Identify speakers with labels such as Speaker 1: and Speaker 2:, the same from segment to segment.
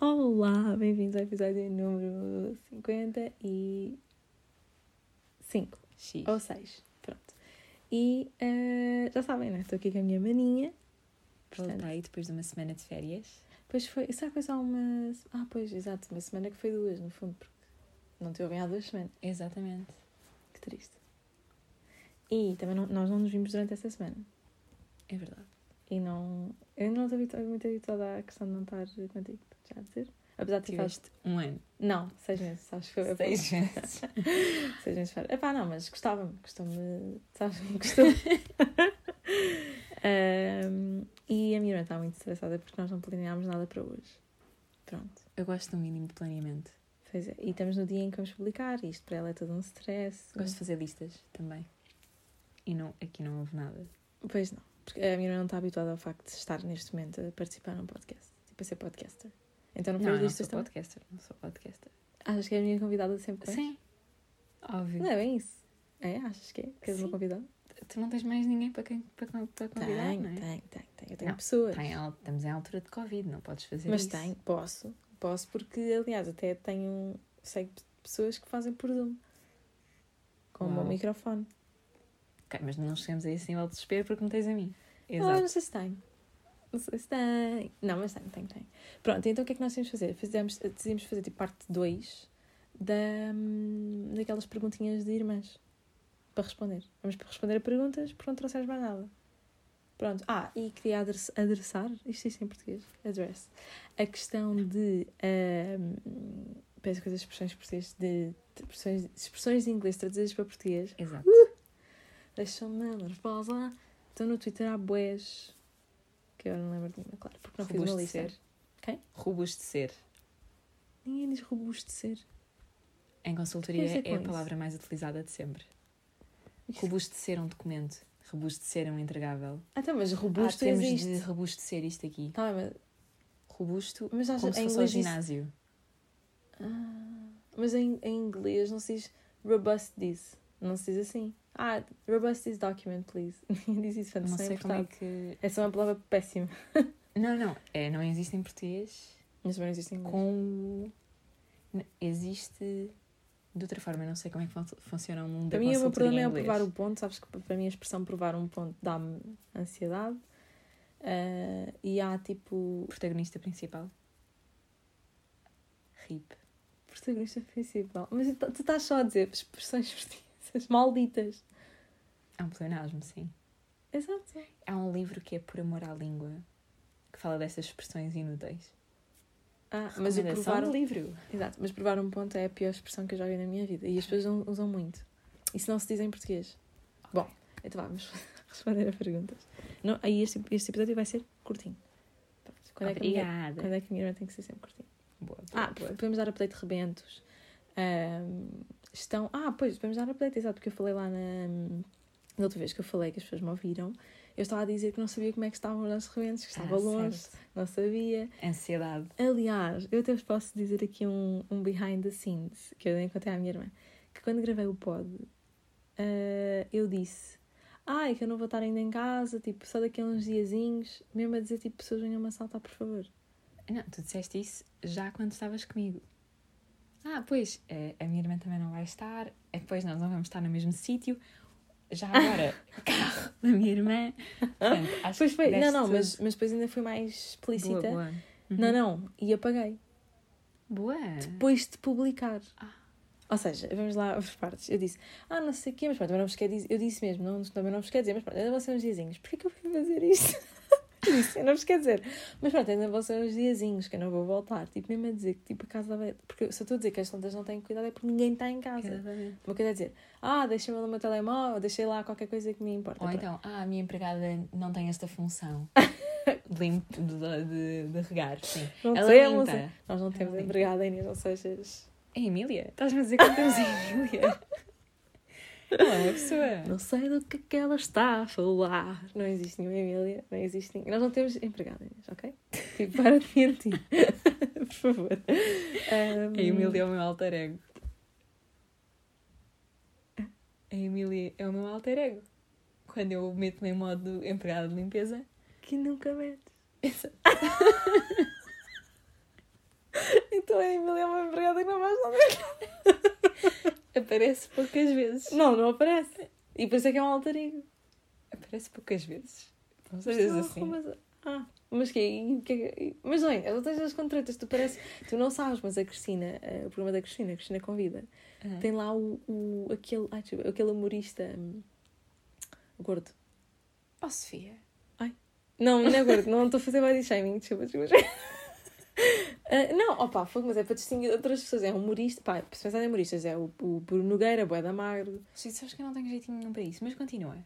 Speaker 1: Olá, bem-vindos ao episódio número 55
Speaker 2: X.
Speaker 1: ou 6, pronto. E eh, já sabem, né? Estou aqui com a minha maninha. Portanto,
Speaker 2: Voltei tá depois de uma semana de férias.
Speaker 1: pois foi, será que foi só uma. se- Ah, pois, exato, uma semana que foi duas, no fundo, porque não te ouvem há duas semanas. É,
Speaker 2: Exatamente.
Speaker 1: Que triste. E também não- nós não nos vimos durante essa semana.
Speaker 2: É verdade.
Speaker 1: E não. Eu ainda não estou habitu- muito habituada à questão de não estar contigo, já a dizer. Apesar de ter ficado.
Speaker 2: Tiveste um ano.
Speaker 1: Não, seis meses, acho que foi.
Speaker 2: Seis vezes.
Speaker 1: Seis meses fora. Epá, não, mas gostava-me, gostou-me, sabes-me, gostou. Ahm, e a minha irmã está muito estressada porque nós não planeámos nada para hoje. Pronto,
Speaker 2: Eu gosto de um mínimo de planeamento.
Speaker 1: pois é. E estamos no dia em que vamos publicar, isto para ela é todo um stress.
Speaker 2: Gosto de fazer listas também. E não, aqui não houve nada.
Speaker 1: Pois não, porque a minha irmã não está habituada ao facto de estar neste momento a participar num podcast, tipo a ser podcaster. Então não
Speaker 2: não,
Speaker 1: faz
Speaker 2: eu não
Speaker 1: listas
Speaker 2: sou
Speaker 1: também.
Speaker 2: podcaster. Não sou podcaster.
Speaker 1: Achas que é a minha convidada sempre? foi?
Speaker 2: Sim. Óbvio.
Speaker 1: Não é bem isso? É, achas que é? Queres uma
Speaker 2: Sim.
Speaker 1: convidada?
Speaker 2: Tu não tens mais ninguém para, quem, para, con- para convidar,
Speaker 1: Tenho,
Speaker 2: não é?
Speaker 1: tenho, tenho, tenho. Eu tenho
Speaker 2: Não,
Speaker 1: pessoas.
Speaker 2: Tem al- estamos em altura de Covid, não podes fazer
Speaker 1: Mas
Speaker 2: isso.
Speaker 1: tem, posso. Posso porque, aliás, até tenho, sei que pessoas que fazem por Zoom. Com o meu
Speaker 2: Uau.
Speaker 1: microfone.
Speaker 2: Ok, mas não chegamos a esse nível de desespero porque me tens a mim.
Speaker 1: Ah,
Speaker 2: Exato.
Speaker 1: não sei se tem. Não sei se tem. Não, mas tem, tem, tem. Pronto, então o que é que nós tínhamos de fazer? Fizemos, decidimos fazer tipo parte 2 da, hum, daquelas perguntinhas de irmãs. Para responder. Vamos para responder a perguntas porque não trouxemos mais nada. Pronto. Ah, e queria adress- adressar, isto isto em português, address, a questão de, um, penso que as expressões portuguesas, de, de expressões, expressões de inglês traduzidas para português,
Speaker 2: Exato.
Speaker 1: Deixa-me nervosa. Estou no Twitter há boés. Que eu não lembro de nenhuma, claro. Porque não fiz uma lista.
Speaker 2: Robustecer.
Speaker 1: Quem?
Speaker 2: Robustecer.
Speaker 1: Ninguém diz robustecer.
Speaker 2: Em
Speaker 1: Queres
Speaker 2: consultoria
Speaker 1: dizer
Speaker 2: é a
Speaker 1: com
Speaker 2: palavra mais utilizada de sempre. Robustecer um documento. Robustecer é um entregável.
Speaker 1: Ah, então, mas
Speaker 2: Ah,
Speaker 1: robusto
Speaker 2: temos
Speaker 1: existe.
Speaker 2: de robustecer isto aqui.
Speaker 1: Tá bem,
Speaker 2: Robusto,
Speaker 1: mas, mas acho,
Speaker 2: como se
Speaker 1: em
Speaker 2: fosse ao
Speaker 1: inglês diz...
Speaker 2: ginásio.
Speaker 1: Ah, mas em, em inglês não se diz robust this. Não se diz assim. Ah, robust this document, please. Ninguém diz isso, portanto,
Speaker 2: Não
Speaker 1: isso não é
Speaker 2: sei como é
Speaker 1: importante.
Speaker 2: que...
Speaker 1: Essa é uma palavra péssima.
Speaker 2: Não, não. É, não existe em português.
Speaker 1: Mas também não existe em inglês.
Speaker 2: Com o... N- Existe... De outra forma, eu não sei como é que fun funciona o mundo
Speaker 1: Para
Speaker 2: da
Speaker 1: mim, o meu
Speaker 2: consultoria
Speaker 1: problema é
Speaker 2: em
Speaker 1: eu
Speaker 2: inglês.
Speaker 1: provar o ponto. Sabes que para mim a expressão provar um ponto dá-me ansiedade. Ah, e há tipo.
Speaker 2: Protagonista principal. RIP.
Speaker 1: protagonista principal. Mas então, tu tu estás só a dizer expressões portuguesas malditas.
Speaker 2: É um pleonasmo, sim.
Speaker 1: Exato.
Speaker 2: Há um livro que é Por Amor à Língua, que fala dessas expressões inúteis.
Speaker 1: Ah, mas o
Speaker 2: Recomendação
Speaker 1: provar.
Speaker 2: de
Speaker 1: Um...
Speaker 2: livro.
Speaker 1: Exato, mas provar um ponto é a pior expressão que eu já vi na minha vida. E as pessoas não usam muito. Isso não se diz em português. Bom, então vá, vamos responder a perguntas. Não, aí este, este episódio vai ser curtinho. Pronto. Quando, é que a minha,
Speaker 2: Obrigada.
Speaker 1: quando é que a minha irmã tem que ser sempre curtinho?
Speaker 2: Boa, boa,
Speaker 1: Ah,
Speaker 2: boa.
Speaker 1: podemos dar update de rebentos. Ahm, estão. Ah, pois, podemos dar update, exato, porque eu falei lá na. Da outra vez que eu falei que as pessoas me ouviram, eu estava a dizer que não sabia como é que estavam os nossos rebentos, que estava
Speaker 2: Ah,
Speaker 1: longe,
Speaker 2: certo.
Speaker 1: não sabia.
Speaker 2: Ansiedade.
Speaker 1: Aliás, eu até vos posso dizer aqui um, um behind the scenes que eu encontrei à minha irmã, que quando gravei o pod, ah, eu disse. Ai, que eu não vou estar ainda em casa, tipo, só daqui a uns diazinhos, mesmo a dizer, tipo, pessoas venham-me assaltar, por favor.
Speaker 2: Não, tu disseste isso já quando estavas comigo. Ah, pois, eh, a minha irmã também não vai estar, eh, pois nós não vamos estar no mesmo sítio. Já agora, carro da minha irmã. Portanto, acho
Speaker 1: Pois
Speaker 2: que
Speaker 1: foi, não,
Speaker 2: deste
Speaker 1: não,
Speaker 2: tudo.
Speaker 1: mas, mas depois ainda foi mais
Speaker 2: Boa,
Speaker 1: explícita.
Speaker 2: boa.
Speaker 1: Não, não, e apaguei.
Speaker 2: Uhum. Boa.
Speaker 1: Depois de publicar.
Speaker 2: Ah.
Speaker 1: Ou seja, vamos lá por partes. Eu disse, ah, não sei o quê, mas pronto, também não vos quero dizer. Eu disse mesmo, não, também não vos quero dizer, mas pronto, ainda vão ser uns diazinhos. Porquê que eu fui fazer isto? Eu disse, eu não vos quero dizer. Mas pronto, ainda vão ser uns diazinhos que eu não vou voltar. Tipo, mesmo a dizer que tipo, a casa vai. Porque se eu estou a dizer que as plantas não têm cuidado é porque ninguém está em casa.
Speaker 2: Exatamente.
Speaker 1: Uma coisa é dizer, ah, deixei-me no meu telemóvel, deixei lá qualquer coisa que me importa.
Speaker 2: Ou
Speaker 1: Pronto.
Speaker 2: então, ah, a minha empregada não tem esta função de, lim- de- de- de regar, sim.
Speaker 1: Não
Speaker 2: Ela é
Speaker 1: sei, não
Speaker 2: limpa.
Speaker 1: sei. Nós não temos
Speaker 2: limpa.
Speaker 1: empregada, Inês, ou sejas.
Speaker 2: É a Emília? Estás-me a dizer que não temos a Emília? Ela é uma pessoa.
Speaker 1: Não sei do que é que ela está a falar. Não existe nenhuma Emília, não existe ninguém. Nós não temos empregada, Inês, ok? Tipo, para de mentir. Por favor. Um,
Speaker 2: A Emília é o meu alter ego. A Emília é o meu alter ego. Quando eu meto-me em modo empregada de limpeza.
Speaker 1: Que nunca mete.
Speaker 2: Exato.
Speaker 1: Então a Emília é uma empregada e não mais nada.
Speaker 2: Aparece poucas vezes.
Speaker 1: Não, não aparece. E por isso é que é um alter ego.
Speaker 2: Aparece poucas vezes. Às
Speaker 1: Mas
Speaker 2: vezes
Speaker 1: tu
Speaker 2: assim.
Speaker 1: arrumas- Ah, mas que, e que- e- Mas não, as outras vezes quando tretas, tu parece. Tu não sabes, mas a Cristina, eh, o programa da Cristina, a Cristina Convida,
Speaker 2: Ah.
Speaker 1: tem lá o, o- aquele, ai, desculpa, aquele humorista hum, gordo.
Speaker 2: Oh, Sofia.
Speaker 1: Não, não é gordo, não estou a fazer body shaming, desculpa, desculpa. Ah, não, opa, fogo, mas é para distinguir outras pessoas. É um humorista, pá, se pensar em humoristas, é o, o Bruno Nogueira, Boé da Magro.
Speaker 2: Sim, sabes que eu não tenho jeitinho nenhum para isso, mas continua.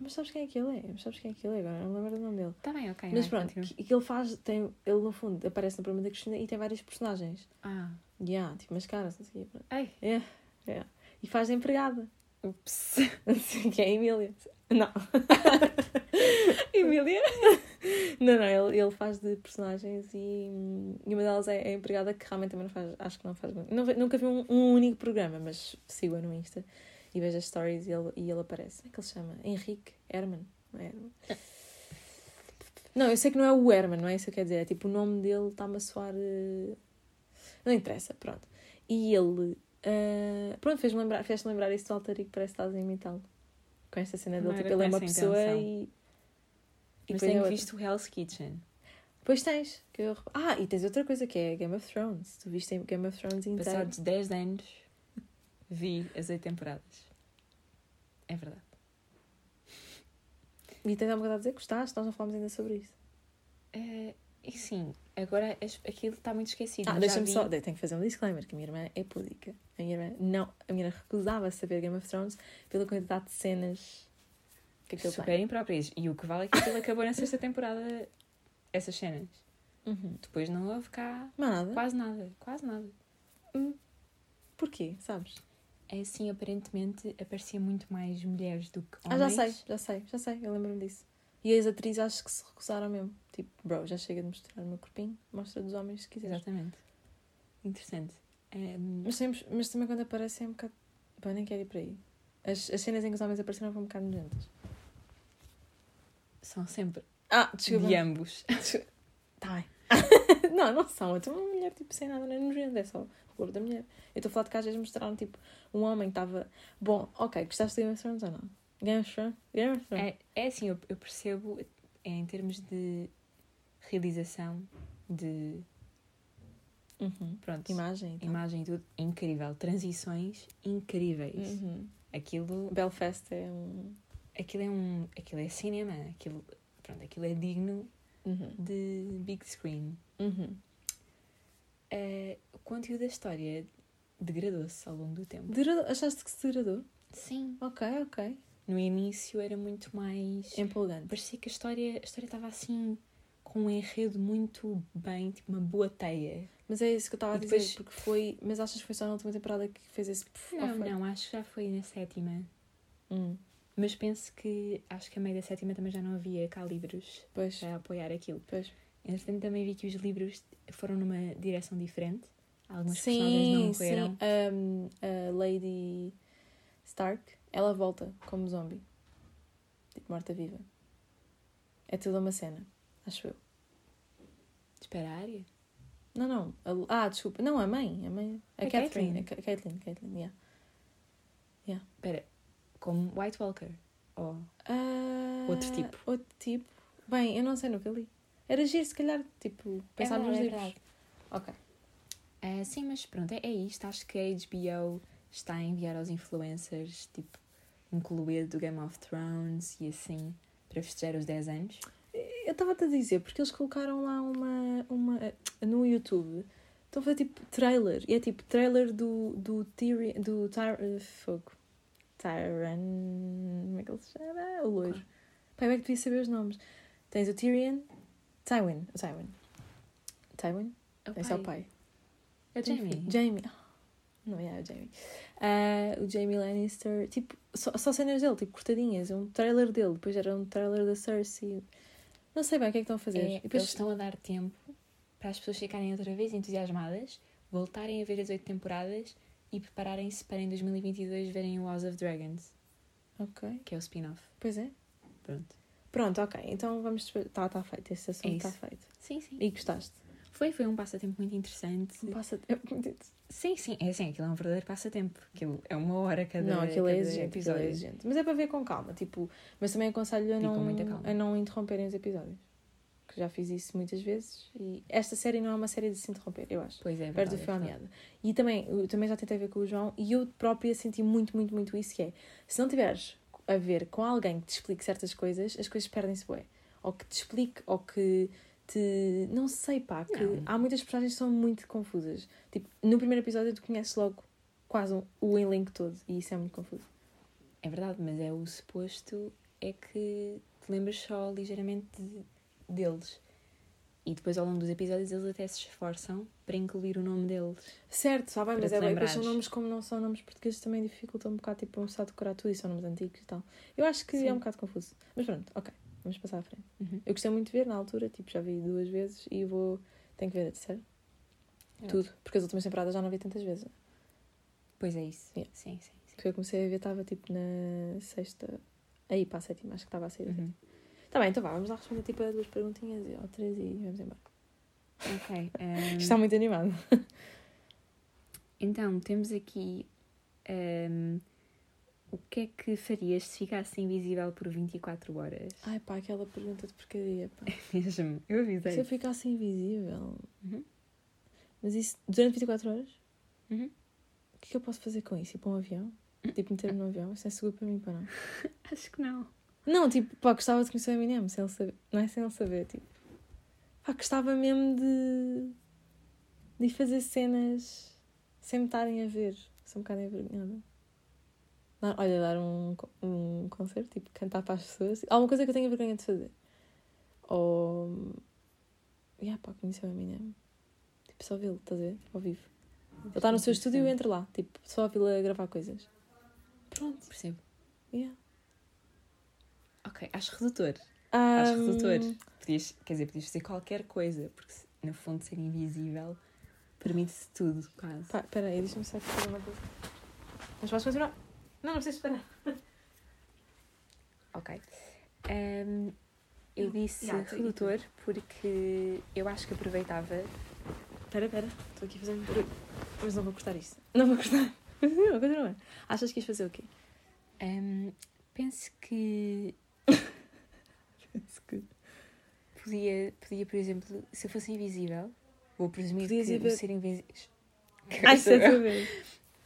Speaker 1: Mas sabes quem é que ele é? Mas sabes quem é que ele é agora? Não me lembro do nome dele.
Speaker 2: Está Tá bem, ok.
Speaker 1: Mas
Speaker 2: vai,
Speaker 1: pronto,
Speaker 2: continua.
Speaker 1: que, que ele faz, tem, ele no fundo aparece no programa da Cristina e tem várias personagens.
Speaker 2: Ah.
Speaker 1: E há, tipo, umas caras, não sei o quê. pronto.
Speaker 2: Ai.
Speaker 1: E faz de empregada,
Speaker 2: Ups.
Speaker 1: que é a Emília. Não,
Speaker 2: Emília.
Speaker 1: não, não, ele, ele faz de personagens e, e uma delas é a empregada que realmente também não faz, acho que não faz muito. Não ve- nunca vi um, um único programa, mas sigo-a no Insta e vejo as stories e ele, e ele aparece. Como é que ele se chama? Henrique Herman, não é Herman? Não, eu sei que não é o Herman, não é isso que eu quero dizer. É tipo, o nome dele está-me a soar. eh, Não interessa, pronto. E ele. eh, Pronto, fez-me lembrar, fez lembrar isso do Alter Ego, parece que estás a imitá-lo. Com esta cena
Speaker 2: Não
Speaker 1: dele,
Speaker 2: era
Speaker 1: tipo, ele é
Speaker 2: com
Speaker 1: uma
Speaker 2: essa
Speaker 1: pessoa
Speaker 2: intenção.
Speaker 1: e. e
Speaker 2: Mas
Speaker 1: depois é
Speaker 2: tenho
Speaker 1: outra.
Speaker 2: visto o Hell's Kitchen.
Speaker 1: Pois tens. Que eu... Ah, e tens outra coisa que é Game of Thrones. Tu viste Game of Thrones inteiro.
Speaker 2: Passados 10 anos, vi as 8 temporadas. É verdade.
Speaker 1: E tens alguma coisa a dizer? Gostaste? Nós não falámos ainda sobre isso.
Speaker 2: Eh, e sim, agora as- aquilo está muito esquecido.
Speaker 1: Ah,
Speaker 2: mas já
Speaker 1: deixa-me
Speaker 2: vi-
Speaker 1: só. de- Tenho que fazer um disclaimer: que a minha irmã é pudica. A minha irmã não. A minha irmã recusava saber Game of Thrones pela quantidade de cenas que aquilo
Speaker 2: super
Speaker 1: tem.
Speaker 2: impróprias. E o que vale é que aquilo acabou na sexta temporada, essas cenas.
Speaker 1: Uhum.
Speaker 2: Depois não houve cá
Speaker 1: Mas nada.
Speaker 2: quase nada, quase nada.
Speaker 1: Porquê? Sabes?
Speaker 2: É assim, aparentemente, aparecia muito mais mulheres do que
Speaker 1: Ah,
Speaker 2: homens.
Speaker 1: já sei, já sei, já sei. Eu lembro-me disso. E as atrizes acho que se recusaram mesmo. Tipo, bro, já chega de mostrar o meu corpinho. Mostra dos homens se quiseres.
Speaker 2: Exatamente. Interessante. Ehm,
Speaker 1: Mas, sempre, mas também quando aparecem é um bocado. Bom, nem quero ir para aí. As, as cenas em que os homens apareceram foram um bocado nojentas.
Speaker 2: são sempre
Speaker 1: Ah,
Speaker 2: de ambos.
Speaker 1: Tá bem. não, não são. Então uma mulher tipo sem nada, não é nojenta, é só o corpo da mulher. Eu estou a falar de que às vezes mostraram tipo um homem que estava. Bom, ok, gostaste de Game of Thrones ou não? Game of Thrones? Game of Thrones?
Speaker 2: É, é assim, eu, eu percebo é, em termos de realização, de
Speaker 1: Uhum.
Speaker 2: pronto,
Speaker 1: Imagem e tal.
Speaker 2: imagem e tudo, incrível. Transições incríveis.
Speaker 1: Uhum.
Speaker 2: Aquilo
Speaker 1: Belfast é um.
Speaker 2: aquilo é um aquilo é cinema aquilo pronto aquilo é digno
Speaker 1: Uhum.
Speaker 2: de big screen
Speaker 1: Uhum.
Speaker 2: Eh, o conteúdo da história degradou-se ao longo do tempo
Speaker 1: Degradou- Achaste que se degradou?
Speaker 2: sim
Speaker 1: Ok, ok.
Speaker 2: no início era muito mais
Speaker 1: É- Empolgante.
Speaker 2: parecia que a história a história estava assim com um enredo muito bem tipo uma boa teia
Speaker 1: Mas é isso que eu estava a
Speaker 2: E
Speaker 1: dizer,
Speaker 2: depois-
Speaker 1: porque foi. Mas achas que foi só na última temporada que fez esse. pff, ou
Speaker 2: não
Speaker 1: foi?
Speaker 2: não acho que já foi na sétima
Speaker 1: Hum,
Speaker 2: mas penso que acho que a meio da sétima também já não havia cá livros
Speaker 1: pois,
Speaker 2: para apoiar aquilo
Speaker 1: pois.
Speaker 2: Entretanto, também vi que os livros foram numa direção diferente. Algumas personagens
Speaker 1: Sim,
Speaker 2: não
Speaker 1: sim.
Speaker 2: coeram.
Speaker 1: Um, a Lady Stark, ela volta como zombie. Tipo, morta-viva. É toda uma cena, acho eu.
Speaker 2: Espera a área.
Speaker 1: Não, não. a- ah, desculpa. Não, a mãe. A mãe. A,
Speaker 2: A
Speaker 1: Catherine.
Speaker 2: Catelyn.
Speaker 1: A Ca- Caitlyn, Caitlyn, yeah.
Speaker 2: Espera, como White Walker. Oh,
Speaker 1: Ah,
Speaker 2: Outro tipo.
Speaker 1: Outro tipo. Bem, eu não sei, nunca li. Era giro, se calhar, tipo,
Speaker 2: É
Speaker 1: pensar nos livros. Ok.
Speaker 2: Ah, sim, mas pronto, é, é isto. Acho que a HBO está a enviar aos influencers, tipo, um clube do Game of Thrones e assim, para festejar os 10 anos.
Speaker 1: Eu estava-te a dizer, porque eles colocaram lá uma, uma. no YouTube. Estão a fazer tipo trailer. E é tipo trailer do. do Tyrion. do Tyr, eh, Fogo. Tyrion. Como é que ele se chama? O loiro. Pai, como é que devia saber os nomes? Tens o Tyrion. Tywin. O Tywin. Tywin? é só o pai.
Speaker 2: É o Jamie.
Speaker 1: Jamie. Não é, o Jamie. Ah, o Jamie Lannister. Tipo, só, só cenas dele, tipo, cortadinhas. Um trailer dele. Depois era um trailer da Cersei. Não sei bem o que é que estão a fazer.
Speaker 2: É,
Speaker 1: E depois-
Speaker 2: Eles estão a dar tempo para as pessoas ficarem outra vez entusiasmadas, voltarem a ver as oito temporadas e prepararem-se para em 2022 verem o House of Dragons,
Speaker 1: Ok.
Speaker 2: que é o spin-off.
Speaker 1: Pois é.
Speaker 2: Pronto.
Speaker 1: Pronto, ok. Então vamos. Está tá feito. Esse assunto
Speaker 2: É
Speaker 1: está
Speaker 2: isso.
Speaker 1: feito.
Speaker 2: Sim, sim.
Speaker 1: E gostaste?
Speaker 2: Foi, foi um passatempo muito interessante.
Speaker 1: Passa tempo.
Speaker 2: Sim, sim, é assim, aquilo é um verdadeiro passatempo. Aquilo é uma hora cada,
Speaker 1: Não, aquilo é
Speaker 2: cada
Speaker 1: exigente, aquilo é exigente. Mas é para ver com calma, tipo... Mas também aconselho a
Speaker 2: E com
Speaker 1: não,
Speaker 2: muita calma.
Speaker 1: a não interromperem os episódios. Que já fiz isso muitas vezes. E esta série não é uma série de se interromper, eu acho.
Speaker 2: Pois é, é
Speaker 1: Perde
Speaker 2: verdade,
Speaker 1: o
Speaker 2: é
Speaker 1: fio à
Speaker 2: verdade.
Speaker 1: meada. E também, eu também já tentei ver com o João e eu própria senti muito, muito, muito isso que é, se não tiveres a ver com alguém que te explique certas coisas, as coisas perdem-se bué. Ou que te explique, ou que te... Não sei, pá, que
Speaker 2: Não.
Speaker 1: há muitas personagens que são muito confusas. Tipo, no primeiro episódio tu conheces logo quase um- o elenco todo e isso é muito confuso.
Speaker 2: É verdade, mas é o suposto é que te lembras só ligeiramente de- deles. E depois ao longo dos episódios eles até se esforçam para incluir o nome deles.
Speaker 1: Certo, está bem,
Speaker 2: Para
Speaker 1: mas
Speaker 2: te
Speaker 1: é bem, depois
Speaker 2: lembrares.
Speaker 1: são nomes como não são nomes portugueses também dificultam um bocado, tipo, começar a decorar tudo e são nomes antigos e tal. Eu acho que é
Speaker 2: Sim.
Speaker 1: um bocado confuso. Mas pronto, ok, vamos passar à frente.
Speaker 2: Uhum.
Speaker 1: Eu gostei muito de ver na altura, tipo, já vi duas vezes e vou. Tenho que ver a terceira.
Speaker 2: É.
Speaker 1: Tudo. Porque as últimas temporadas já não vi tantas vezes.
Speaker 2: Pois é isso.
Speaker 1: Yeah.
Speaker 2: Sim, sim, sim.
Speaker 1: Porque eu comecei a ver, estava tipo na sexta. Aí para a sétima, acho que estava a sair.
Speaker 2: Uhum.
Speaker 1: Tá bem, então vá, vamos lá responder tipo a duas perguntinhas e- ou três e vamos embora.
Speaker 2: Ok. ehm,
Speaker 1: Está muito animado.
Speaker 2: Então, temos aqui ehm, o que é que farias se ficasse invisível por 24 horas?
Speaker 1: Ai pá, aquela pergunta de porcaria, pá.
Speaker 2: Mesmo, eu
Speaker 1: Se eu
Speaker 2: avisei.
Speaker 1: ficasse invisível.
Speaker 2: Uhum.
Speaker 1: Mas isso durante 24 horas?
Speaker 2: Uhum.
Speaker 1: O que é que eu posso fazer com isso? Ir para um avião? Tipo, meter-me no avião? Isso é seguro para mim, para não?
Speaker 2: Acho que não.
Speaker 1: Não, tipo, pá, gostava de conhecer o Eminem, sem ele saber. Não é sem ele saber, tipo. Pá, gostava mesmo de. de fazer cenas sem me estarem a ver. Sou um bocado envergonhada. Não, olha, dar um, co- um concerto, tipo, cantar para as pessoas. Alguma coisa que eu tenha vergonha de fazer. Ou. Yeah, pá, conhecer o Eminem. Tipo, só vê-lo, estás a ver? Ao vivo. Ele está no seu estúdio e eu entro lá, tipo, só a vê-lo a gravar coisas. Pronto,
Speaker 2: Percebo.
Speaker 1: yeah.
Speaker 2: Ok, acho redutor.
Speaker 1: Ah,
Speaker 2: Acho redutor. Podias, quer dizer, podias fazer qualquer coisa, porque se- no fundo ser invisível permite-se tudo, quase.
Speaker 1: Pá, peraí, deixa-me só aqui fazer uma coisa. Mas posso continuar? Não, não preciso esperar.
Speaker 2: Ok. Ehm, eu disse
Speaker 1: yeah, tu-
Speaker 2: redutor porque eu acho que aproveitava.
Speaker 1: Espera, espera, estou aqui a fazer um barulho. Mas não vou cortar isso. Não vou cortar. Continua, continua. Achas que ias fazer o quê?
Speaker 2: Ehm, penso que
Speaker 1: que...
Speaker 2: podia, podia, por exemplo, se eu fosse invisível, vou presumir
Speaker 1: Podias
Speaker 2: que
Speaker 1: ir ver-
Speaker 2: o ser invisível.
Speaker 1: Ai, isso é a tua vez.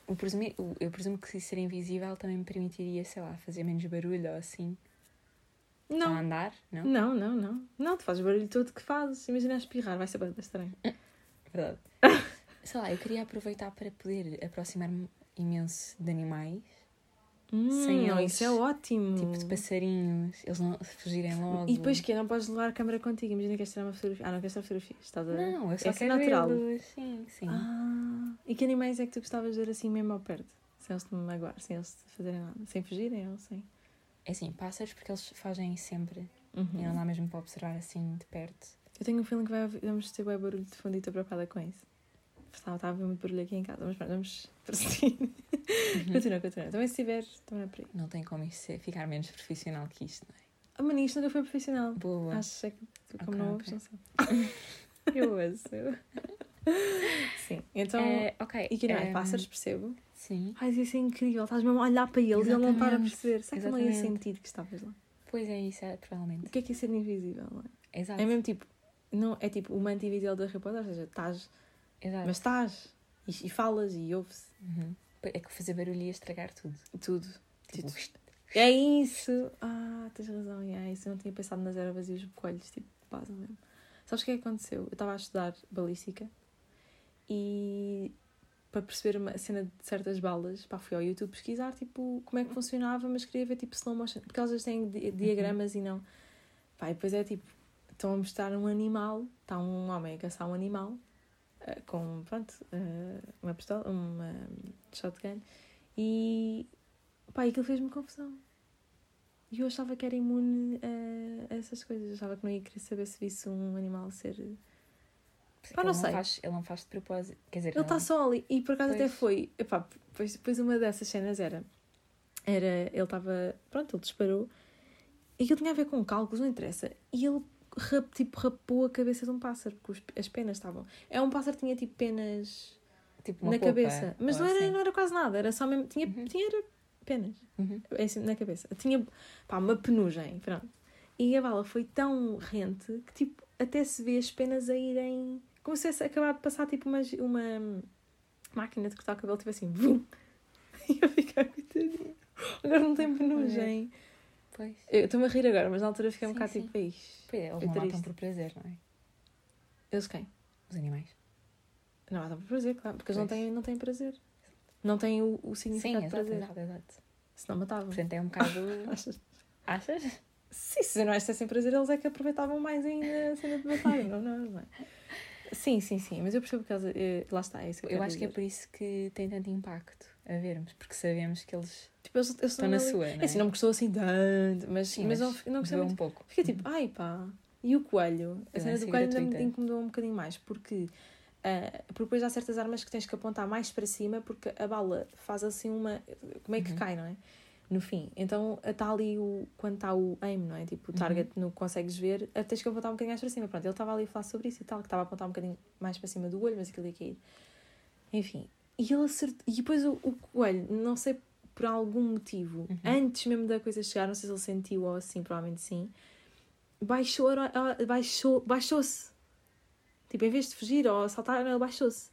Speaker 2: eu, presumi- o- eu presumo que ser invisível também me permitiria, sei lá, fazer menos barulho ou assim, ao
Speaker 1: Não.
Speaker 2: andar, Ah,
Speaker 1: Não,
Speaker 2: não?
Speaker 1: não, não. Não, tu fazes o barulho todo que fazes. Imagina a espirrar, vai ser bastante estranho.
Speaker 2: Verdade. Sei lá, eu queria aproveitar para poder aproximar-me imenso de animais,
Speaker 1: Hum,
Speaker 2: eles.
Speaker 1: isso é ótimo.
Speaker 2: tipo de passarinhos, eles não fugirem logo.
Speaker 1: E depois que Não podes levar a câmera contigo. Imagina que queres tirar uma fotografia. Ah, não queres tirar fotografias. Estás a ver?
Speaker 2: Não, eu só
Speaker 1: É assim
Speaker 2: quero
Speaker 1: natural.
Speaker 2: vê-los. Sim, sim.
Speaker 1: Ah, e que animais é que tu gostavas de ver assim mesmo ao perto? Sem eles te magoar, sem eles te fazerem nada, sem fugirem ou sem.
Speaker 2: É assim, pássaros porque eles fogem sempre.
Speaker 1: Uhum.
Speaker 2: E não dá mesmo para observar assim de perto.
Speaker 1: Eu tenho um feeling que vai haver- vamos ter bem barulho de fundo e estou preocupada com isso. Estava estava a haver muito barulho aqui em casa, mas pronto, vamos prosseguir. continua, continua. Também se tiver, também é por aí.
Speaker 2: Não tem como isto ser- ficar menos profissional que isto, não é?
Speaker 1: Ah, mano, isto nunca foi profissional.
Speaker 2: Boa, boa.
Speaker 1: Acho é que tu, como
Speaker 2: Ok,
Speaker 1: não ouves,
Speaker 2: ok.
Speaker 1: não sei. Eu ouço. Sim, então.
Speaker 2: Eh, ok.
Speaker 1: E que não é?
Speaker 2: ehm,
Speaker 1: Pássaros, percebo.
Speaker 2: Sim.
Speaker 1: Ai, isso é incrível. Estás mesmo a olhar para eles e ele não para a
Speaker 2: Exatamente.
Speaker 1: perceber. Será que não ia
Speaker 2: Exatamente.
Speaker 1: sentir que estavas lá?
Speaker 2: Pois é, isso é,
Speaker 1: O
Speaker 2: provavelmente.
Speaker 1: que é que é ser invisível? Não é?
Speaker 2: Exato.
Speaker 1: É mesmo tipo, não, é tipo o manto invisível da Harry Potter, ou seja, estás,
Speaker 2: Exato.
Speaker 1: mas estás, e, e falas e ouves
Speaker 2: Uhum. É que fazer barulho ia estragar tudo.
Speaker 1: tudo.
Speaker 2: Tipo,
Speaker 1: Tipo, é isso! Ah, tens razão, é isso. Eu não tinha pensado nas ervas e os coelhos, tipo, passam mesmo. Sabes o que é que aconteceu? Eu estava a estudar balística e para perceber uma cena de certas balas, pá, fui ao YouTube pesquisar, tipo, como é que funcionava, mas queria ver, tipo, slow motion, porque elas têm di- diagramas e não. Pá, e depois é tipo, estão a mostrar um animal, está um homem a caçar um animal, eh, com, pronto, eh, uma pistola, uma hum, shotgun, e, pá, aquilo fez-me confusão. E eu achava que era imune a, a essas coisas, achava que não ia querer saber se visse um animal ser...
Speaker 2: porque
Speaker 1: Pá, não
Speaker 2: tipo, ele
Speaker 1: sei.
Speaker 2: faz- ele não faz de propósito. Quer dizer,
Speaker 1: Ele está
Speaker 2: não- é
Speaker 1: só ali. E por acaso até
Speaker 2: Pois.
Speaker 1: foi. Epá, pois, depois uma dessas cenas era. Era. Ele estava. Pronto, ele disparou. E aquilo tinha a ver com cálculos, não interessa. E ele rap- tipo, rapou a cabeça de um pássaro, porque os- as penas estavam. É um pássaro que tinha tipo penas
Speaker 2: Tipo, uma
Speaker 1: tá na
Speaker 2: polpa,
Speaker 1: cabeça. Mas
Speaker 2: ou
Speaker 1: não era,
Speaker 2: assim.
Speaker 1: não era quase nada, era só mesmo. Tinha,
Speaker 2: Uhum.
Speaker 1: tinha era penas
Speaker 2: Uhum.
Speaker 1: é assim, na cabeça. Tinha pá, uma penugem, pronto. E a bala foi tão rente que tipo, até se vê as penas a irem. Como se tivesse acabado de passar tipo uma, gi- uma máquina de cortar o cabelo, tipo assim, vum! E eu ficar coitadinha. Agora não tem penugem.
Speaker 2: Pois.
Speaker 1: Eu estou-me a rir agora, mas na altura fiquei um
Speaker 2: Sim,
Speaker 1: bocado
Speaker 2: sim.
Speaker 1: tipo, "Ixi,
Speaker 2: Pois é, eles
Speaker 1: É
Speaker 2: não matam
Speaker 1: triste.
Speaker 2: por prazer, não é?
Speaker 1: eles quem?
Speaker 2: Os animais.
Speaker 1: Não há por prazer, claro, porque eles não
Speaker 2: Pois.
Speaker 1: têm, não têm prazer. Não têm o, o
Speaker 2: Sim,
Speaker 1: significado de
Speaker 2: exato,
Speaker 1: prazer. Uhum.
Speaker 2: exato, exato.
Speaker 1: Senão matavam.
Speaker 2: Portanto, é um bocado.
Speaker 1: Achas?
Speaker 2: Achas?
Speaker 1: Sim, se os animais tivessem prazer, eles é que aproveitavam mais ainda a cena de matar, não, não, não é? Sim, sim, sim, mas eu percebo que eles, eh, lá está, é isso que eu,
Speaker 2: Eu
Speaker 1: quero
Speaker 2: acho que é
Speaker 1: dizer.
Speaker 2: por isso que tem tanto impacto a vermos, porque sabemos que eles
Speaker 1: Tipo, eles, eles
Speaker 2: estão na
Speaker 1: ali-
Speaker 2: sua, não
Speaker 1: É
Speaker 2: é?
Speaker 1: assim, não me gostou assim tanto, mas,
Speaker 2: Sim,
Speaker 1: mas,
Speaker 2: mas
Speaker 1: não, não gostei
Speaker 2: doeu
Speaker 1: muito.
Speaker 2: um pouco.
Speaker 1: Fiquei tipo, ai pá, e o coelho? A
Speaker 2: Eu
Speaker 1: cena
Speaker 2: não
Speaker 1: do
Speaker 2: sei
Speaker 1: coelho ainda me
Speaker 2: gratuita.
Speaker 1: incomodou um bocadinho mais, porque, ah, porque depois há certas armas que tens que apontar mais para cima, porque a bala faz assim uma. Como é que
Speaker 2: Uhum.
Speaker 1: cai, não é? No fim. Então está ali o. Quando está o aim, não é? Tipo, o
Speaker 2: Uhum.
Speaker 1: target não consegues ver, ah, tens que apontar um bocadinho mais para cima. Pronto, ele estava ali a falar sobre isso e tal, que estava a apontar um bocadinho mais para cima do olho, mas aquilo ia cair. Enfim. E ele acertou. E depois o, o coelho, não sei por algum motivo, antes mesmo da coisa chegar, não sei se ele sentiu ou assim, provavelmente sim baixou, a- a- baixou, baixou-se. Tipo, em vez de fugir ou saltar, ele baixou-se.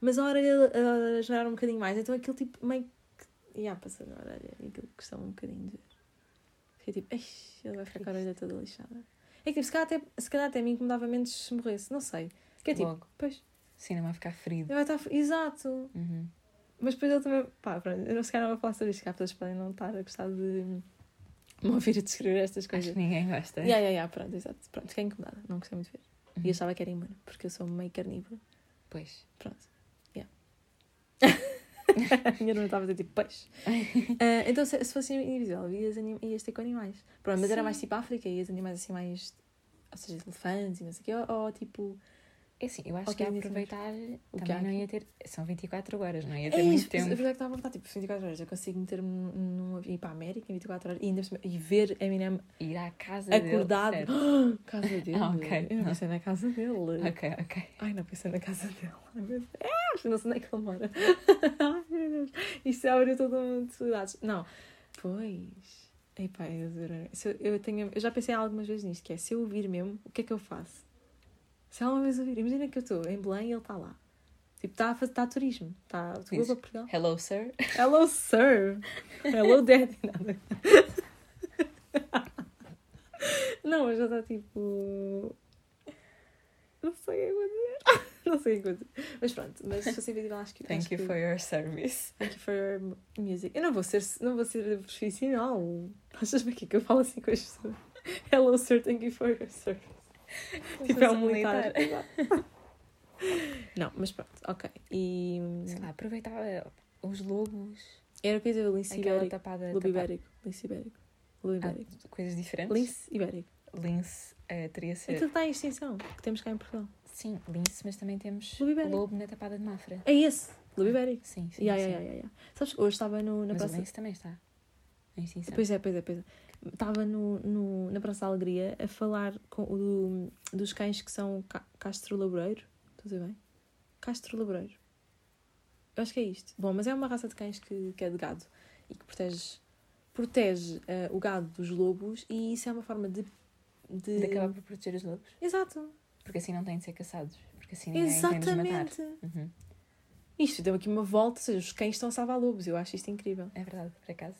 Speaker 1: Mas a orelha a gerar um bocadinho mais. Então aquilo tipo meio que. E passou na orelha. E aquilo custou um bocadinho de ver. Fiquei tipo, "Eish, ele vai ficar com a orelha toda lixada. É que tipo, se calhar até, se calhar até me incomodava menos se morresse, não sei. Que é tipo,
Speaker 2: Logo,
Speaker 1: pois,
Speaker 2: sim, não vai ficar ferido.
Speaker 1: ele vai estar. f- Exato!
Speaker 2: Uhum.
Speaker 1: Mas depois ele também. Pá, pronto, eu não sei se calhar não vou falar sobre isto, que há pessoas que podem não estar a gostar de me ouvir a descrever estas coisas.
Speaker 2: Acho que ninguém gosta.
Speaker 1: Ya, ya, ya, pronto, exato. Pronto, fiquei incomodada, não gostei muito de ver.
Speaker 2: Uhum.
Speaker 1: E eu achava que era imune, porque eu sou meio carnívora.
Speaker 2: Pois.
Speaker 1: Pronto, ya. A minha irmã estava a dizer tipo peixe. Ah, então, se, se fosse individual, ias, anim- ias ter com animais. Pronto, mas era
Speaker 2: Sim.
Speaker 1: mais tipo África, ias animais assim mais. Ou seja, elefantes e não sei o quê, ou, ou tipo.
Speaker 2: É assim, eu acho
Speaker 1: Ok,
Speaker 2: que a
Speaker 1: dizem-me.
Speaker 2: aproveitar
Speaker 1: O que há
Speaker 2: também não
Speaker 1: aqui?
Speaker 2: ia ter. São 24 horas, não ia
Speaker 1: É
Speaker 2: ter
Speaker 1: isso,
Speaker 2: muito
Speaker 1: por isso- por
Speaker 2: tempo.
Speaker 1: isso é que estava a perguntar, tipo, 24 horas, eu consigo meter-me num- num avião ir para a América em 24 horas e, ainda, por cima- e ver Eminem
Speaker 2: Ir à casa
Speaker 1: acordado.
Speaker 2: dele.
Speaker 1: casa dele.
Speaker 2: Ah, ok.
Speaker 1: Eu não pensei na casa dele.
Speaker 2: certo. Ok, ok.
Speaker 1: Ai, não pensei na casa dela. Ai, meu Deus, não sei onde é que ele mora. Ai, meu Deus. Isto abriu todo um mundo de saudades. Não, pois. Ei, pá, eu, adorei. Se eu, eu tenho, eu já pensei algumas vezes nisto, que é se eu ouvir mesmo, o que é que eu faço? Se alguma vez ouvir, imagina que eu estou em Belém e ele está lá. Tipo, está a, fazer- tá a turismo. Está a
Speaker 2: Dizes,
Speaker 1: para Portugal.
Speaker 2: Hello, sir.
Speaker 1: Hello, sir. Hello, daddy. Nada. Não, mas já está tipo. Não sei o que é que eu vou dizer. Não sei o que é que eu vou dizer. Mas pronto, mas se fosse individual, acho que. acho
Speaker 2: Thank you
Speaker 1: que-
Speaker 2: for your service.
Speaker 1: Thank you for your mu- music. Eu não vou ser, não vou ser profissional. Achas bem que é que eu falo assim com as pessoas? Hello, sir. Thank you for your service. tipo, é um militar. não, mas pronto, ok. E.
Speaker 2: Sei lá, aproveitava os lobos,
Speaker 1: Era coisa do lince
Speaker 2: aquela
Speaker 1: ibérico.
Speaker 2: tapada.
Speaker 1: Lobo
Speaker 2: tapa-
Speaker 1: ibérico. Lince ibérico. Lobo
Speaker 2: É, tá, Ah,
Speaker 1: ibérico.
Speaker 2: coisas diferentes.
Speaker 1: Lince Então- ibérico.
Speaker 2: Lince eh, teria
Speaker 1: Aquilo
Speaker 2: sido.
Speaker 1: que está em extinção, que temos cá em Portugal.
Speaker 2: Sim, lince, mas também temos
Speaker 1: Lobo ibérico.
Speaker 2: lobo na tapada de Mafra.
Speaker 1: É esse, Lobo Ibérico.
Speaker 2: Sim, sim.
Speaker 1: Ya,
Speaker 2: sim.
Speaker 1: ya, ya, ya, ya. Sabes, hoje estava no, na
Speaker 2: Mas é o
Speaker 1: Praça...
Speaker 2: lince também está em extinção.
Speaker 1: Pois é, pois é, pois é. Estava no, no, na Praça da Alegria a falar com, o do, dos cães que são ca, Castro Laboreiro. Estou a dizer bem? Castro Laboreiro. Eu acho que é isto. Bom, mas é uma raça de cães que, que é de gado e que protege, protege eh, o gado dos lobos e isso é uma forma de... de...
Speaker 2: De acabar por proteger os lobos.
Speaker 1: Exato.
Speaker 2: Porque assim não têm de ser caçados. Porque assim ninguém tem de os matar.
Speaker 1: Exatamente.
Speaker 2: Uhum.
Speaker 1: Isto deu aqui uma volta, ou seja, os cães estão a salvar lobos, eu acho isto incrível.
Speaker 2: É verdade, por acaso.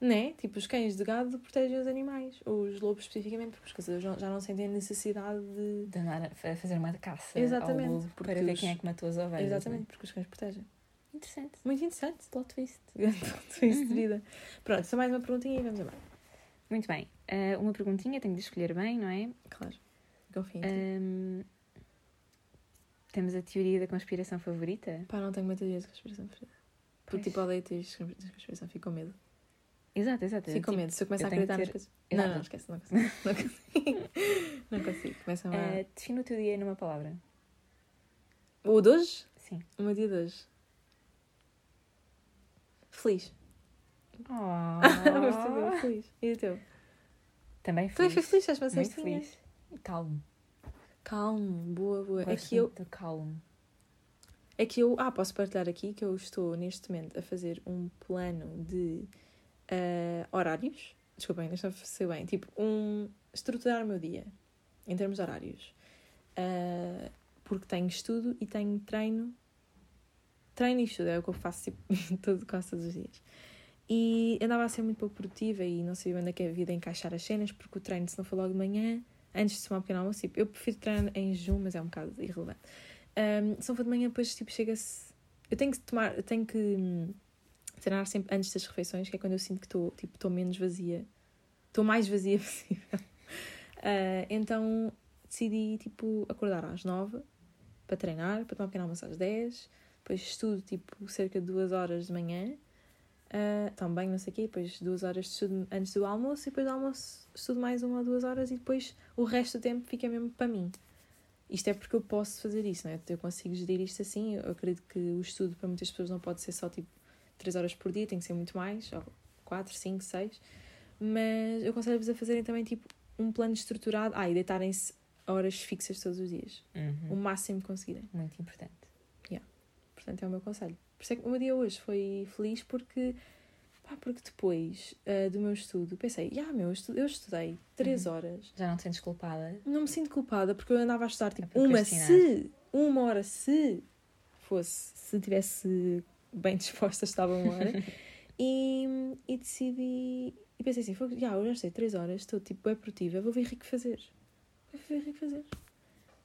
Speaker 1: Né? Tipo, os cães de gado protegem os animais, os lobos especificamente, porque os caçadores não- já não sentem a necessidade de.
Speaker 2: De andar a fa- fazer uma caça
Speaker 1: Exatamente,
Speaker 2: ao lobo
Speaker 1: porque
Speaker 2: para ver
Speaker 1: os-
Speaker 2: quem é que matou as ovelhas.
Speaker 1: Exatamente,
Speaker 2: não
Speaker 1: porque os cães protegem.
Speaker 2: é? Interessante.
Speaker 1: Muito interessante.
Speaker 2: né? Plot twist. Uhum.
Speaker 1: Grande ponto isso de vida. Pronto, só mais uma perguntinha e vamos embora.
Speaker 2: Muito bem. Ah, uma perguntinha, tenho de escolher bem, não é?
Speaker 1: Claro. tipo. Confia em ti.
Speaker 2: Hum. Ahm, temos a teoria da conspiração favorita?
Speaker 1: Pá, não tenho muita ideia de conspiração preferida. Porque,
Speaker 2: Pois.
Speaker 1: tipo, odeio teorias de cons- de conspiração, fico com medo.
Speaker 2: Exato, exato.
Speaker 1: Fico com medo. Se eu começar a
Speaker 2: Então, tipo, eu tenho
Speaker 1: acreditar
Speaker 2: que
Speaker 1: nas
Speaker 2: ter-
Speaker 1: coisas. Não,
Speaker 2: Exato.
Speaker 1: não, esquece, não consigo. Não consigo. não consigo. Começa
Speaker 2: Ah,
Speaker 1: a.
Speaker 2: define o teu dia numa palavra.
Speaker 1: O de hoje?
Speaker 2: Sim.
Speaker 1: O meu dia de hoje. Feliz.
Speaker 2: Oh,
Speaker 1: Mas também feliz. E o teu? Também
Speaker 2: também Ah. feliz.
Speaker 1: fui feliz, estás uma
Speaker 2: Muito
Speaker 1: cestinha.
Speaker 2: feliz. Calmo.
Speaker 1: Calmo, boa, boa. É
Speaker 2: Gosto
Speaker 1: que, eu,
Speaker 2: muito do calmo.
Speaker 1: é que eu. Ah, posso partilhar aqui que eu estou neste momento a fazer um plano de ah, horários. Desculpem, deixa eu ser bem. Tipo, um. estruturar o meu dia em termos de horários. Ah, porque tenho estudo e tenho treino. Treino e estudo é o que eu faço tipo, todo, quase todos os dias. E andava a ser muito pouco produtiva e não sabia onde é que havia de encaixar as cenas, porque o treino, se não for logo de manhã, antes de tomar um pequeno almoço, tipo, eu prefiro treinar em jejum, mas é um bocado irrelevante. Um, se não for de manhã, depois tipo, chega-se. Eu tenho que tomar, eu tenho que hum, treinar sempre antes das refeições, que é quando eu sinto que estou tipo, estou menos vazia, estou mais vazia possível. Ah, então decidi tipo, acordar às nove para treinar, para tomar um pequeno almoço às 10, depois estudo tipo, cerca de duas horas de manhã. Uh, também, não sei o quê, depois duas horas de estudo antes do almoço e depois do almoço estudo mais uma ou duas horas e depois o resto do tempo fica mesmo para mim. Isto é porque eu posso fazer isso, não é? Eu consigo gerir isto assim. Eu acredito que o estudo para muitas pessoas não pode ser só tipo 3 horas por dia, tem que ser muito mais, ou 4, 5, 6. Mas eu aconselho-vos a fazerem também tipo um plano estruturado. Ah, e deitarem-se a horas fixas todos os dias, o
Speaker 2: Uhum.
Speaker 1: máximo que conseguirem.
Speaker 2: Muito importante.
Speaker 1: Portanto, é o meu conselho. Por isso é que o meu dia hoje foi feliz porque, pá, porque depois ah, do meu estudo pensei, ah, meu, eu estu- eu estudei três
Speaker 2: Uhum.
Speaker 1: horas.
Speaker 2: Já não te sentes culpada?
Speaker 1: Não me sinto culpada porque eu andava a estudar tipo
Speaker 2: A
Speaker 1: uma
Speaker 2: É procrastinar.
Speaker 1: se, uma hora se fosse, se tivesse bem disposta, estava uma hora. e, e decidi, e pensei assim, "Fogo, já, eu já estudei três horas, estou tipo bem produtiva, vou ver Rico fazer. Vou ver Rico fazer.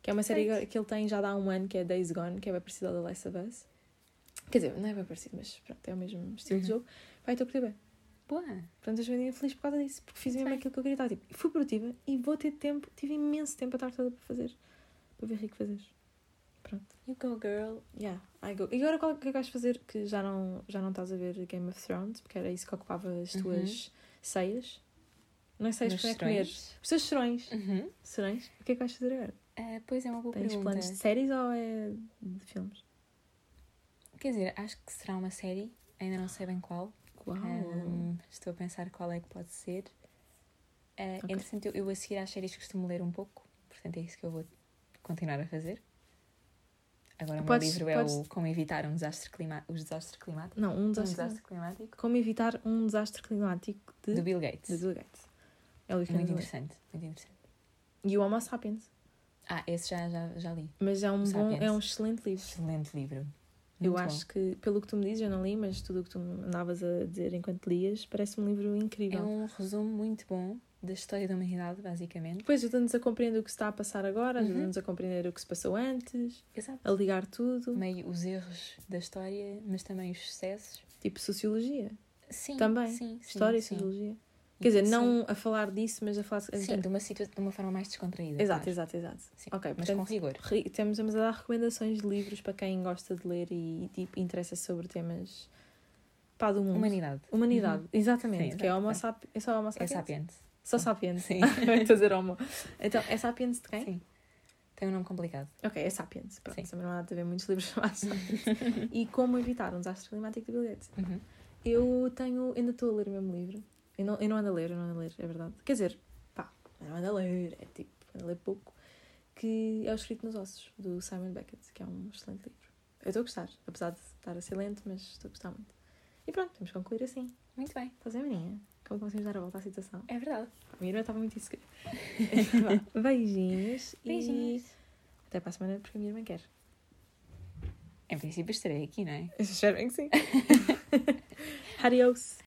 Speaker 1: Que é uma série
Speaker 2: Perfeito.
Speaker 1: agora- que ele tem já dá um ano, que é Days Gone, que é bem parecida ao The Last of Us. Quer dizer, não é bem parecido, mas pronto, é o mesmo estilo de
Speaker 2: Uhum.
Speaker 1: jogo. então, Vai, estou a curtir bem.
Speaker 2: Boa.
Speaker 1: Portanto, hoje em dia feliz por causa disso, porque fiz
Speaker 2: Muito
Speaker 1: mesmo
Speaker 2: bem.
Speaker 1: aquilo que eu queria estar. Tipo, fui produtiva e vou ter tempo, tive imenso tempo a estar toda para fazer, para ver Rico fazer.
Speaker 2: You go, girl.
Speaker 1: Yeah, I go. E agora qual- o que é que vais fazer que já não, já não estás a ver Game of Thrones? Porque era isso que ocupava as tuas ceias. Não é ceias
Speaker 2: Nos
Speaker 1: para comer.
Speaker 2: serões.
Speaker 1: Os teus serões.
Speaker 2: Uhum.
Speaker 1: Serões? O que é que vais fazer agora?
Speaker 2: Ah, pois é uma boa
Speaker 1: Tens
Speaker 2: pergunta.
Speaker 1: planos de séries ou é de filmes?
Speaker 2: Quer dizer, acho que será uma série, ainda não sei bem qual.
Speaker 1: Uau!
Speaker 2: Ahm, estou a pensar qual é que pode ser. Ah,
Speaker 1: Ok.
Speaker 2: Entretanto, eu, eu a seguir às séries costumo ler um pouco, portanto é isso que eu vou continuar a fazer. Agora o meu
Speaker 1: Podes-
Speaker 2: livro é o
Speaker 1: podes-
Speaker 2: Como Evitar um desastre clima... os Desastres Climáticos.
Speaker 1: Não, um
Speaker 2: Um
Speaker 1: desastre.
Speaker 2: desastre climático.
Speaker 1: Como evitar um desastre climático de,
Speaker 2: Do
Speaker 1: de
Speaker 2: Bill Gates.
Speaker 1: Bill Gates. É o livro que
Speaker 2: Muito
Speaker 1: eu li.
Speaker 2: interessante, muito interessante.
Speaker 1: E o Homo Sapiens.
Speaker 2: Ah, esse já, já, já li.
Speaker 1: Mas é um,
Speaker 2: O
Speaker 1: bom,
Speaker 2: Sapiens.
Speaker 1: é um excelente livro.
Speaker 2: Excelente livro.
Speaker 1: Eu
Speaker 2: Muito
Speaker 1: acho que, pelo que tu me dizes, eu não li, mas tudo o que tu me andavas a dizer enquanto lias, parece um livro
Speaker 2: bom.
Speaker 1: incrível.
Speaker 2: É um resumo muito bom da história da humanidade, basicamente.
Speaker 1: Depois ajuda-nos a compreender o que se está a passar agora,
Speaker 2: Uhum.
Speaker 1: ajuda-nos a compreender o que se passou antes,
Speaker 2: Exato.
Speaker 1: a ligar tudo.
Speaker 2: Meio os erros da história, mas também os sucessos.
Speaker 1: Tipo sociologia.
Speaker 2: Sim,
Speaker 1: Também.
Speaker 2: Sim, sim,
Speaker 1: História e
Speaker 2: sim. é-
Speaker 1: sociologia. Quer dizer, não a falar disso, mas a falar.
Speaker 2: Sim, sim, de uma, situa- de uma forma mais descontraída.
Speaker 1: Exato,
Speaker 2: claro.
Speaker 1: exato, exato. Ok,
Speaker 2: Sim, É, Mas com
Speaker 1: portanto,
Speaker 2: rigor.
Speaker 1: re- temos, temos a dar recomendações de livros para quem gosta de ler e, tipo, interessa sobre temas pá, do mundo.
Speaker 2: Humanidade.
Speaker 1: uhum.
Speaker 2: Uhum.
Speaker 1: Humanidade, exatamente.
Speaker 2: Sim,
Speaker 1: que é
Speaker 2: exato,
Speaker 1: Homo
Speaker 2: exato.
Speaker 1: sapiens. É só Homo
Speaker 2: É
Speaker 1: sapiens.
Speaker 2: sapiente.
Speaker 1: Só sapiens.
Speaker 2: Sim.
Speaker 1: Estou a dizer Homo. Então, é sapiens de quem?
Speaker 2: Sim. Tem um nome complicado.
Speaker 1: Ok, é Sapiens. Pronto,
Speaker 2: Sim.
Speaker 1: também não há de haver muitos livros chamados Sapiens. e como evitar um desastre climático de Bill Gates.
Speaker 2: Uhum.
Speaker 1: Eu tenho. Ainda estou a ler o mesmo livro. Eu não, eu não ando a ler, eu não ando a ler, é verdade. Quer dizer, pá, eu não ando a ler, é tipo, ando a ler pouco. Que é o Escrito nos Ossos, do Simon Beckett, que é um excelente livro. Eu estou a gostar, apesar de estar a ser lento, mas estou a gostar muito. E pronto, temos que concluir assim.
Speaker 2: Muito bem.
Speaker 1: Estás a ver, menina? Como conseguimos dar a volta à situação?
Speaker 2: É verdade.
Speaker 1: A minha irmã estava muito insegura. Vá, Beijinhos.
Speaker 2: Beijinhos.
Speaker 1: E até para a semana, porque a minha irmã quer.
Speaker 2: Em princípio estarei aqui, não é?
Speaker 1: Espero bem que sim. Adiós.